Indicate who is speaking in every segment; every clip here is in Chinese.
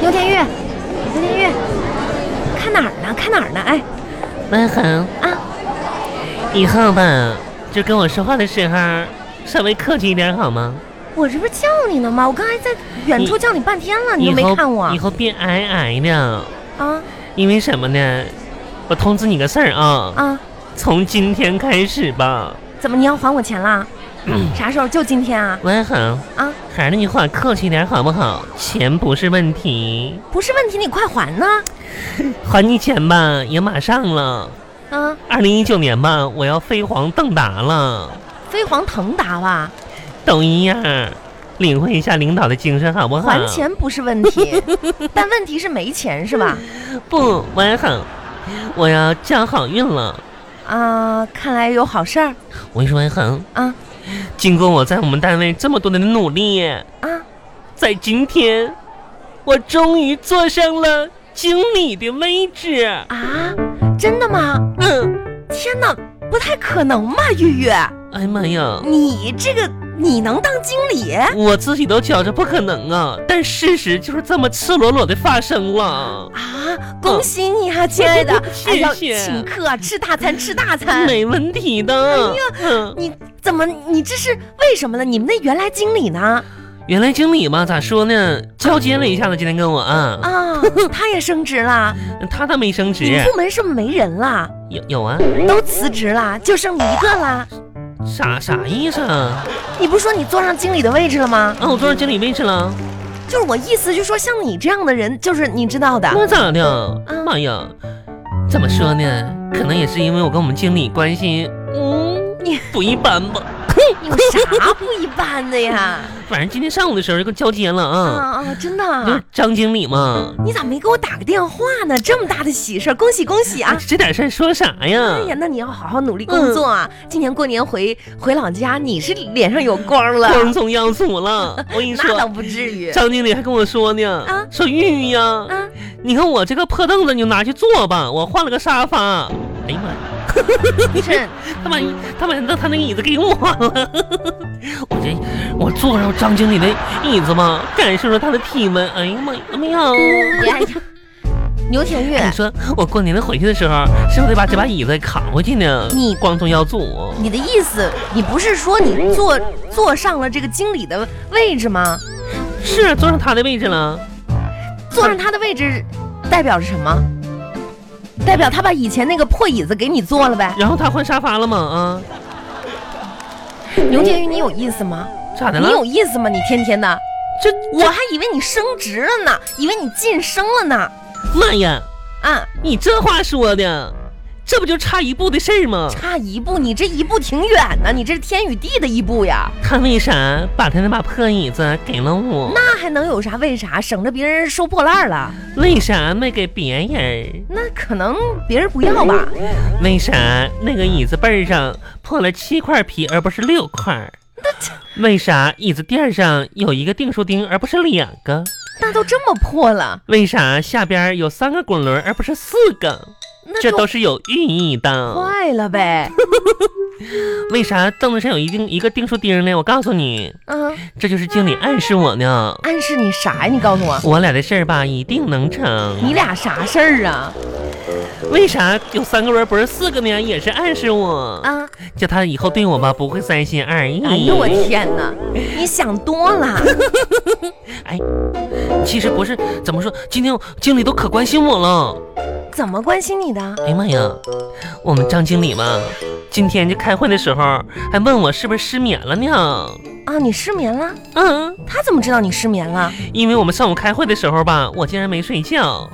Speaker 1: 牛哎天玉，牛天玉，看哪儿呢？看哪儿呢？哎，
Speaker 2: 文恒，
Speaker 1: 啊，
Speaker 2: 以后吧，就跟我说话的时候稍微客气一点好吗？
Speaker 1: 我这不是叫你呢吗？我刚才在远处
Speaker 2: 你
Speaker 1: 叫你半天啊了，你
Speaker 2: 以
Speaker 1: 都没
Speaker 2: 后
Speaker 1: 看我
Speaker 2: 以后别矮矮的，
Speaker 1: 啊
Speaker 2: 因为什么呢？我通知你个事儿啊，
Speaker 1: 啊！
Speaker 2: 从今天开始吧，
Speaker 1: 怎么你要还我钱啦？啥时候？就今天啊？
Speaker 2: 文恒，
Speaker 1: 啊，
Speaker 2: 还是那句话，客气点好不好？钱不是问题，
Speaker 1: 不是问题，你快还呢！
Speaker 2: 还你钱吧，也马上了。
Speaker 1: 啊，
Speaker 2: 二零一九年吧，我要飞黄腾达了，
Speaker 1: 飞黄腾达吧，
Speaker 2: 懂一样，领会一下领导的精神好不好？
Speaker 1: 还钱不是问题， 但问题是没钱是吧？
Speaker 2: 不，文恒，我要交好运了。
Speaker 1: 啊，看来有好事儿
Speaker 2: 我跟你说，文恒，
Speaker 1: 啊
Speaker 2: 经过我在我们单位这么多年的努力，
Speaker 1: 啊！
Speaker 2: 在今天，我终于坐上了经理的位置。
Speaker 1: 啊，真的吗？
Speaker 2: 嗯，
Speaker 1: 天哪，不太可能吧，玉玉，
Speaker 2: 哎呀妈呀，
Speaker 1: 你这个你能当经理？啊
Speaker 2: 我自己都觉着不可能啊，但事实就是这么赤裸裸的发 生了。
Speaker 1: 啊，恭喜你啊，亲爱的！
Speaker 2: 谢
Speaker 1: 哎呀，
Speaker 2: 嗯谢
Speaker 1: 请客啊吃大餐，吃大 餐。
Speaker 2: 没问题的。嗯，
Speaker 1: 你怎么，你这是为什么呢？你们那原来经理呢？
Speaker 2: 原来经理嘛，咋说呢，交接了一下子，今天跟我啊，
Speaker 1: 啊，他也升职了，
Speaker 2: 他倒没升
Speaker 1: 你
Speaker 2: 职
Speaker 1: 们，部门是不是没人了？
Speaker 2: 有有啊，
Speaker 1: 都辞职了，就剩你一个了。
Speaker 2: 啥啥意思啊？
Speaker 1: 你不是说你坐上经理的位置了吗？
Speaker 2: 啊，我坐上经理位置了，
Speaker 1: 就是我意思，就是说像你这样的人，就是你知道的。
Speaker 2: 那咋的
Speaker 1: 嗯？
Speaker 2: 妈呀，怎么说呢？可能也是因为我跟我们经理关系
Speaker 1: 嗯，你
Speaker 2: 不一般吧。
Speaker 1: 你有啥不一般的呀？
Speaker 2: 反正今天上午的时候就跟交接了
Speaker 1: 啊
Speaker 2: 啊，
Speaker 1: 啊，真的
Speaker 2: 就是
Speaker 1: 啊，
Speaker 2: 张经理嘛，
Speaker 1: 你咋没给我打个电话呢？这么大的喜事儿，恭喜恭喜啊！
Speaker 2: 这点事儿说啥呀
Speaker 1: 哎？呀，那你要好好努力工作啊！
Speaker 2: 嗯
Speaker 1: 今年过年回回老家，你是脸上有光了，
Speaker 2: 光宗耀祖了，我跟你
Speaker 1: 那倒
Speaker 2: 说，
Speaker 1: 不至于
Speaker 2: 张经理还跟我说呢，
Speaker 1: 啊
Speaker 2: 说玉玉呀，
Speaker 1: 啊！
Speaker 2: 你看我这个破凳子，你就拿去坐吧，我换了个沙发。哎呀妈呀，
Speaker 1: 不是，
Speaker 2: 他把他把那他那个椅子给我了， 我这我坐上张经理的椅子吧，感受着他的体温。哎呀妈呀，哎呀！
Speaker 1: 你哎呀，牛田玉，
Speaker 2: 你说我过年回去的时候，是不是得把这把椅子扛回去呢？
Speaker 1: 你
Speaker 2: 光宗耀祖，
Speaker 1: 你的意思，你不是说你坐坐上了这个经理的位置吗？
Speaker 2: 是坐上他的位置了。
Speaker 1: 坐上他的位置，代表着什么？代表他把以前那个破椅子给你坐了呗？
Speaker 2: 然后他换沙发了嘛？啊，
Speaker 1: 牛田玉，你有意思吗？
Speaker 2: 咋的
Speaker 1: 你
Speaker 2: 了？
Speaker 1: 有意思吗？你天天的，
Speaker 2: 这
Speaker 1: 我还以为你升职了呢，以为你晋升了呢。
Speaker 2: 妈呀！
Speaker 1: 啊，
Speaker 2: 你这话说的，这不就差一步的事儿吗？
Speaker 1: 差一步，你这一步挺远呢，你这是天与地的一步呀。
Speaker 2: 他为啥把他那把破椅子给了我？
Speaker 1: 那还能有啥？为啥？省着别人收破烂了，
Speaker 2: 为啥没给别人？
Speaker 1: 那可能别人不要吧？
Speaker 2: 为啥那个椅子背儿上破了七块皮而不是六块？为啥椅子垫上有一个订书钉而不是两个？
Speaker 1: 那都这么破了，
Speaker 2: 为啥下边有三个滚轮而不是四个？
Speaker 1: 那
Speaker 2: 这都
Speaker 1: 就是
Speaker 2: 有寓意的。
Speaker 1: 坏了呗。
Speaker 2: 为啥凳子上有一定一个订书钉呢？我告诉你，
Speaker 1: 嗯，
Speaker 2: 这就是经理暗示我呢。
Speaker 1: 暗示你啥呀？你告诉我，
Speaker 2: 我俩的事儿吧，一定能成。
Speaker 1: 你俩啥事儿啊？
Speaker 2: 为啥有三个轮不是四个呢？也是暗示我，
Speaker 1: 啊！
Speaker 2: 叫他以后对我吧不会三心二意。
Speaker 1: 哎呦我天哪，你想多了。
Speaker 2: 其实不是，怎么说？今天我经理都可关心我了。
Speaker 1: 怎么关心你的？
Speaker 2: 哎呀妈呀，我们张经理嘛，今天就开会的时候还问我是不是失眠了呢？
Speaker 1: 啊，你失眠了？
Speaker 2: 嗯，
Speaker 1: 他怎么知道你失眠了？
Speaker 2: 因为我们上午开会的时候吧，我竟然没睡觉。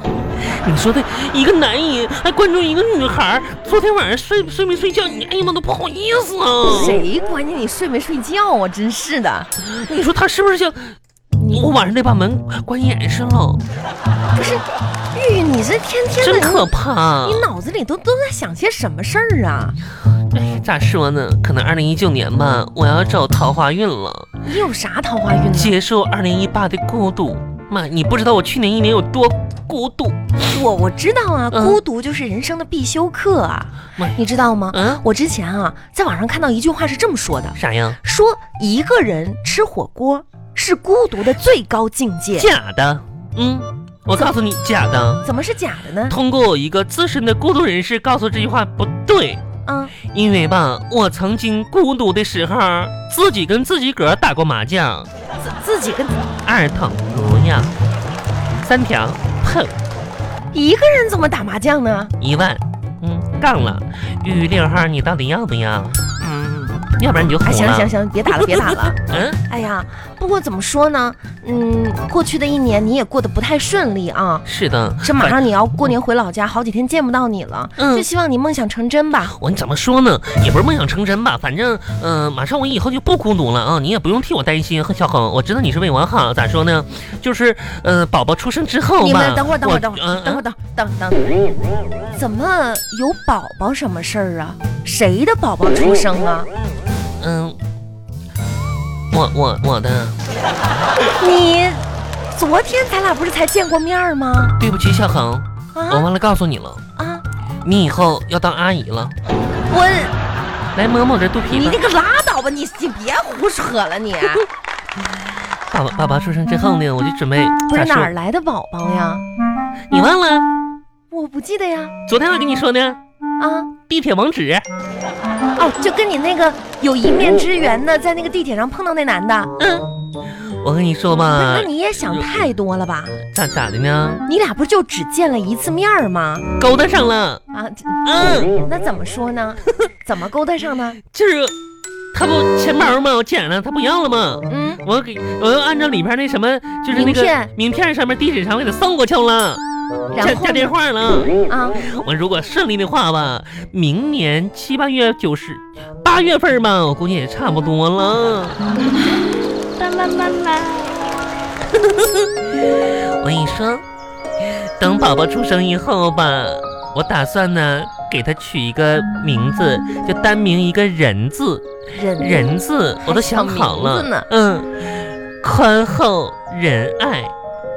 Speaker 2: 你说的一个男人还关注一个女孩儿，昨天晚上睡睡没睡觉？你哎呀妈都不好意思啊！
Speaker 1: 谁关心你睡没睡觉啊？真是的，
Speaker 2: 你说他是不是想？我晚上得把门关严实了，
Speaker 1: 不是玉玉，你这天天的
Speaker 2: 真
Speaker 1: 你
Speaker 2: 可怕
Speaker 1: 你！脑子里都都在想些什么事儿啊？
Speaker 2: 哎， 咋说呢？可能二零一九年吧，我要找桃花运了，
Speaker 1: 你有啥桃花运啊呢？
Speaker 2: 结束二零一八的孤独。妈，你不知道我去年一年有多孤独。
Speaker 1: 我我知道啊，
Speaker 2: 嗯
Speaker 1: 孤独就是人生的必修课啊
Speaker 2: 喂，
Speaker 1: 你知道吗？
Speaker 2: 嗯，
Speaker 1: 我之前啊，在网上看到一句话是这么说的：
Speaker 2: 啥呀？
Speaker 1: 说一个人吃火锅是孤独的最高境界。
Speaker 2: 假的。嗯，我告诉你，假的。
Speaker 1: 怎么是假的呢？
Speaker 2: 通过我一个资深的孤独人士告诉这句话不对，
Speaker 1: 啊，
Speaker 2: 因为吧，我曾经孤独的时候，自己跟自己个儿打过麻将，
Speaker 1: 自自己跟
Speaker 2: 二筒姑娘，三条碰
Speaker 1: 一个人怎么打麻将呢？
Speaker 2: 一万，嗯，杠了。玉玉六号，你到底要不要？嗯，要不然你就
Speaker 1: 哎，
Speaker 2: 红
Speaker 1: 行
Speaker 2: 了。
Speaker 1: 行行，别打了，别打了。
Speaker 2: 嗯，
Speaker 1: 哎呀，不过怎么说呢，嗯，过去的一年你也过得不太顺利啊。
Speaker 2: 是的，
Speaker 1: 这马
Speaker 2: 反
Speaker 1: 上你要过年回老家，好几天见不到你了，
Speaker 2: 嗯
Speaker 1: 就希望你梦想成真吧。
Speaker 2: 我怎么说呢？也不是梦想成真吧，反正，呃，马上我以后就不孤独了啊！你也不用替我担心，小恒，我知道你是为我好。咋说呢？就是，呃，宝宝出生之后吧，
Speaker 1: 你们等会儿，等会
Speaker 2: 我
Speaker 1: 儿，等会
Speaker 2: 嗯
Speaker 1: 儿，等会儿，等等等等，怎么有宝宝什么事儿啊？谁的宝宝出生啊？
Speaker 2: 嗯，我我我的，
Speaker 1: 你昨天咱俩不是才见过面儿吗？
Speaker 2: 对不起，小恒，我
Speaker 1: 啊
Speaker 2: 忘了告诉你了，
Speaker 1: 啊，
Speaker 2: 你以后要当阿姨了。
Speaker 1: 我
Speaker 2: 来摸摸我这肚皮
Speaker 1: 你
Speaker 2: 吧
Speaker 1: 那。个拉倒吧，你你别胡扯了你，啊
Speaker 2: 爸爸爸爸出生之后呢，我就准备
Speaker 1: 嗯不是
Speaker 2: 咋说
Speaker 1: 哪儿来的宝宝呀？
Speaker 2: 你忘了？
Speaker 1: 我不记得呀，
Speaker 2: 昨天我跟你说呢，
Speaker 1: 啊。
Speaker 2: 地铁网址。
Speaker 1: 哦，就跟你那个有一面之缘的，在那个地铁上碰到那男的，
Speaker 2: 嗯，我跟你说吧
Speaker 1: 嗯那，你也想太多了吧？
Speaker 2: 咋咋的呢？
Speaker 1: 你俩不就只见了一次面儿吗？
Speaker 2: 勾搭上了。
Speaker 1: 啊，这
Speaker 2: 嗯。
Speaker 1: 那怎么说呢？怎么勾搭上呢？
Speaker 2: 就是他不钱包吗？我捡了，他不要了吗？
Speaker 1: 嗯，
Speaker 2: 我给我又按照里边那什么，就是那
Speaker 1: 名
Speaker 2: 个
Speaker 1: 片
Speaker 2: 名片上面地址上我给他送过去了，
Speaker 1: 然
Speaker 2: 加
Speaker 1: 后
Speaker 2: 加
Speaker 1: 呢
Speaker 2: 电话了。
Speaker 1: 啊，
Speaker 2: 我如果顺利的话吧，明年七八月九十八月份吧，我估计也差不多了。
Speaker 1: 啦啦啦啦，
Speaker 2: 我跟你说，等宝宝出生以后吧，我打算呢给他取一个名字，就单名一个人字。
Speaker 1: 人
Speaker 2: 人字我都想好
Speaker 1: 还想名字呢
Speaker 2: 了，嗯，宽厚仁爱，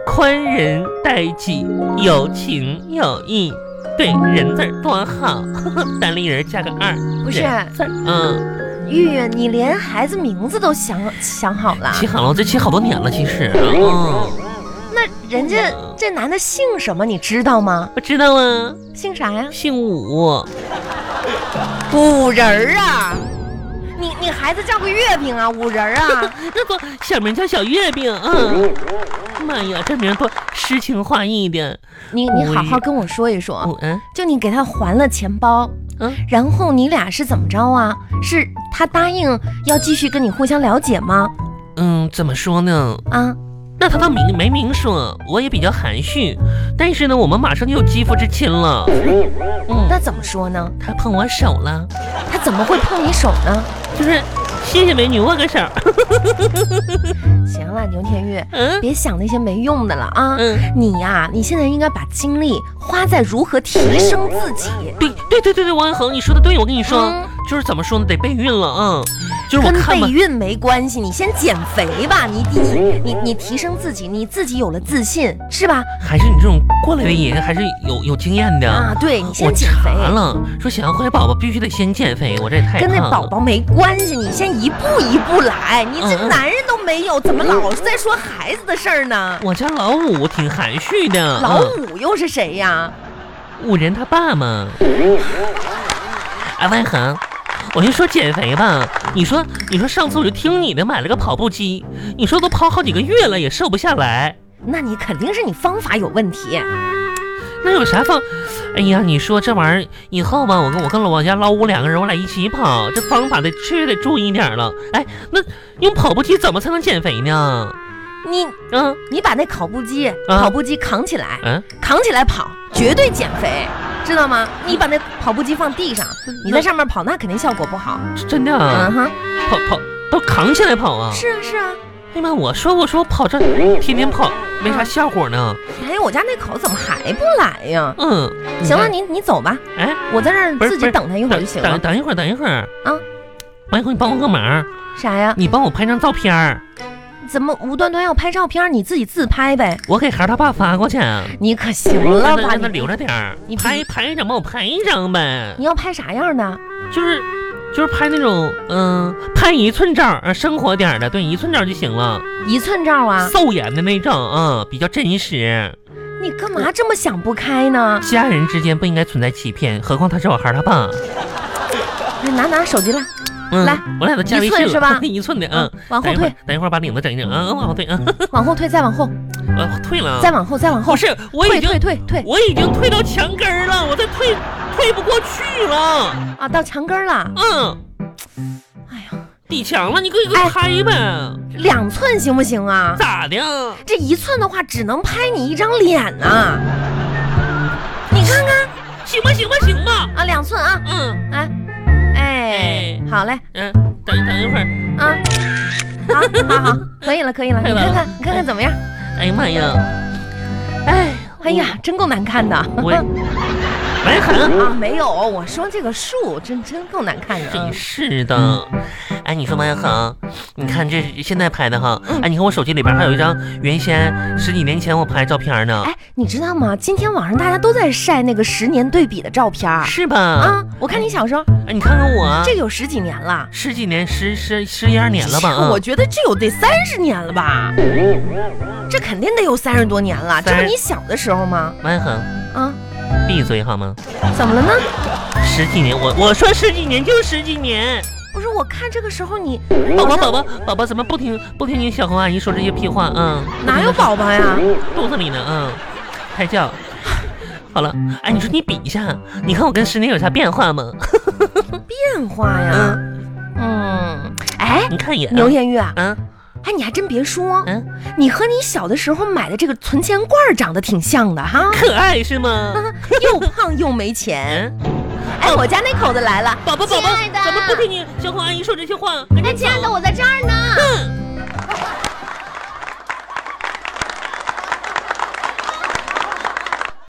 Speaker 2: 宽仁待己，有情有义。对，人字儿多好， 单立人加个二，
Speaker 1: 不是
Speaker 2: 人字儿，嗯，
Speaker 1: 玉玉，你连孩子名字都想想好了，
Speaker 2: 起好了，我这起好多年了，其实，嗯，
Speaker 1: 那人家这男的姓什么你知道吗？
Speaker 2: 我知道啊，
Speaker 1: 姓啥呀？
Speaker 2: 姓武，
Speaker 1: 五仁儿啊！你你孩子叫个月饼啊，五仁儿啊！
Speaker 2: 那不小名叫小月饼，嗯，妈呀，这名多诗情画意的，
Speaker 1: 你你好
Speaker 2: 我
Speaker 1: 好跟我说啊一
Speaker 2: 我
Speaker 1: 说，
Speaker 2: 嗯
Speaker 1: 就你给他还了钱包，
Speaker 2: 嗯，
Speaker 1: 然后你俩是怎么着啊？是他答应要继续跟你互相了解吗？
Speaker 2: 嗯，怎么说呢？
Speaker 1: 啊，
Speaker 2: 那他倒明没明说，我也比较含蓄。但是呢，我们马上就有肌肤之亲了。嗯，
Speaker 1: 那怎么说呢？
Speaker 2: 他碰我手了，
Speaker 1: 他怎么会碰你手呢？
Speaker 2: 就是谢谢美女握个手。
Speaker 1: 行了，牛天玉，
Speaker 2: 嗯
Speaker 1: 别想那些没用的了啊！
Speaker 2: 嗯，
Speaker 1: 你呀、你现在应该把精力花在如何提升自己，
Speaker 2: 对对对对对，王一恒，你说的对，我跟你说，
Speaker 1: 嗯
Speaker 2: 就是怎么说呢，得备孕了啊、嗯，就是我
Speaker 1: 跟
Speaker 2: 看吧
Speaker 1: 备，孕没关系，你先减肥吧，你你你你提升自己，你自己有了自信是吧？
Speaker 2: 还是你这种过来的人，还是有有经验的。
Speaker 1: 啊，对你
Speaker 2: 我
Speaker 1: 先减
Speaker 2: 查
Speaker 1: 肥。
Speaker 2: 了，说想要怀宝宝必须得先减肥，我这也太
Speaker 1: 跟那
Speaker 2: 胖
Speaker 1: 宝
Speaker 2: 了
Speaker 1: 宝没关系，你先一步一步来。你这
Speaker 2: 嗯嗯嗯
Speaker 1: 男人都没有，怎么老是在说孩子的事儿呢？
Speaker 2: 我家老五挺含蓄的，
Speaker 1: 老
Speaker 2: 嗯
Speaker 1: 五又是谁呀？
Speaker 2: 五人他爸嘛。哎，万恒，我就说减肥吧，你说你说上次我就听你的买了个跑步机，你说都跑好几个月了也瘦不下来，
Speaker 1: 那你肯定是你方法有问题。
Speaker 2: 那有啥方？哎呀，你说这玩意儿以后吧，我跟我跟我家老五两个人，我俩一起跑，这方法得确实得注意点儿了。哎，那用跑步机怎么才能减肥呢？
Speaker 1: 你
Speaker 2: 嗯
Speaker 1: 你把那跑步机、
Speaker 2: 啊
Speaker 1: 跑步机扛起来，
Speaker 2: 嗯，
Speaker 1: 扛起来跑，绝对减肥，知道吗？你把那跑步机放地上，
Speaker 2: 嗯
Speaker 1: 你在上面跑，那肯定效果不好。
Speaker 2: 是真的啊
Speaker 1: 嗯，哼，
Speaker 2: 跑跑都扛起来跑啊！
Speaker 1: 是啊是啊，
Speaker 2: 哎呀妈，我说我说我跑这天天跑没啥效果呢。
Speaker 1: 哎，我家那口怎么还不来呀？
Speaker 2: 嗯，你
Speaker 1: 行了，
Speaker 2: 看
Speaker 1: 你你走吧，
Speaker 2: 哎。
Speaker 1: 我在这儿
Speaker 2: 不是
Speaker 1: 自
Speaker 2: 不
Speaker 1: 己
Speaker 2: 是
Speaker 1: 等他一会儿就行
Speaker 2: 等
Speaker 1: 了。
Speaker 2: 等一会儿，等一会儿
Speaker 1: 啊！
Speaker 2: 王一恒，你帮我个忙，
Speaker 1: 啥呀？
Speaker 2: 你帮我拍张照片儿，
Speaker 1: 怎么无端端要拍照片儿？你自己自拍呗。
Speaker 2: 我给孩儿他爸发过去。
Speaker 1: 你可行了
Speaker 2: 让他
Speaker 1: 吧
Speaker 2: 让他
Speaker 1: 你？
Speaker 2: 留着点儿，
Speaker 1: 你
Speaker 2: 拍拍一张帮我拍一张呗，
Speaker 1: 你要拍啥样的？
Speaker 2: 就是就是拍那种嗯、拍一寸照，呃生活点儿的，对，一寸照就行了，
Speaker 1: 一寸照啊？
Speaker 2: 素颜的那种，嗯，比较真实。
Speaker 1: 你干嘛这么想不开呢？
Speaker 2: 家人之间不应该存在欺骗，何况他是我孩儿他爸。
Speaker 1: 你拿拿手机来，
Speaker 2: 嗯，
Speaker 1: 来，
Speaker 2: 我俩都加
Speaker 1: 一
Speaker 2: 微
Speaker 1: 寸
Speaker 2: 信
Speaker 1: 是吧
Speaker 2: 一寸的，嗯，
Speaker 1: 往后
Speaker 2: 等一会儿
Speaker 1: 退，
Speaker 2: 等一会儿把领子整一整，嗯，往后退，嗯，
Speaker 1: 往后退，再往后，
Speaker 2: 我退了，
Speaker 1: 嗯
Speaker 2: 啊
Speaker 1: 再往后，再往后
Speaker 2: 不，是，嗯我已
Speaker 1: 退
Speaker 2: 经
Speaker 1: 退退退
Speaker 2: 我已经退到墙根儿了，我再退退不过去了，
Speaker 1: 啊，到墙根儿了。
Speaker 2: 嗯，
Speaker 1: 哎呀，
Speaker 2: 底墙了，你给我给我
Speaker 1: 哎
Speaker 2: 拍呗，
Speaker 1: 两寸行不行啊？
Speaker 2: 咋的？
Speaker 1: 这一寸的话，只能拍你一张脸呐、你看看
Speaker 2: 行吧，行吧，行吧，
Speaker 1: 啊，两寸啊，
Speaker 2: 嗯
Speaker 1: 哎，哎，好嘞，
Speaker 2: 嗯，等等一会儿，
Speaker 1: 啊，好，好，好，可以了，可以了，
Speaker 2: 可以
Speaker 1: 你
Speaker 2: 了
Speaker 1: 看看，你看看怎么样？
Speaker 2: 哎呀妈呀，哎，
Speaker 1: 哎呀，真够难看的。
Speaker 2: 我，白涵。
Speaker 1: 啊，没有，我说这个树真真够难看的啊
Speaker 2: 真。是的，哎，你说麦恒，你看这现在拍的哈，哎，你看我手机里边还有一张原先十几年前我拍照片呢，
Speaker 1: 哎，你知道吗？今天网上大家都在晒那个十年对比的照片儿
Speaker 2: 是吧？
Speaker 1: 啊。我看你小时候，
Speaker 2: 哎，你看看我，
Speaker 1: 这有十几年了。
Speaker 2: 十几年，十十十一二年了吧？啊
Speaker 1: 我觉得这有得三十年了吧？这肯定得有三十多年了。这
Speaker 2: 三
Speaker 1: 不
Speaker 2: 十
Speaker 1: 你小的时候吗？
Speaker 2: 麦恒，
Speaker 1: 啊，
Speaker 2: 嗯闭嘴好吗？
Speaker 1: 怎么了呢？
Speaker 2: 十几年，我我说十几年就是十几年，
Speaker 1: 不是，我看这个时候你
Speaker 2: 宝宝宝宝宝宝怎么不听不听你小红阿姨说这些屁话啊？
Speaker 1: 哪有宝宝呀？
Speaker 2: 肚子里呢？嗯，胎教。 好了，
Speaker 1: 嗯
Speaker 2: 哎，你说你比一下，你看我跟十年有啥变化吗？
Speaker 1: 变化呀。嗯，哎，
Speaker 2: 你看一眼啊，
Speaker 1: 牛艳遇啊，
Speaker 2: 啊，
Speaker 1: 哎，你还真别说，
Speaker 2: 嗯。，
Speaker 1: 你和你小的时候买的这个存钱罐儿长得挺像的哈
Speaker 2: 可爱是吗？
Speaker 1: 啊又胖又没钱。
Speaker 2: 嗯，
Speaker 1: 哎，我家那口子来了，
Speaker 2: 宝宝宝
Speaker 1: 亲
Speaker 2: 宝
Speaker 1: 爱的，
Speaker 2: 怎么不听你小红阿姨说这些话？赶紧
Speaker 1: 哎，亲爱的，
Speaker 2: 走，
Speaker 1: 我在这儿呢。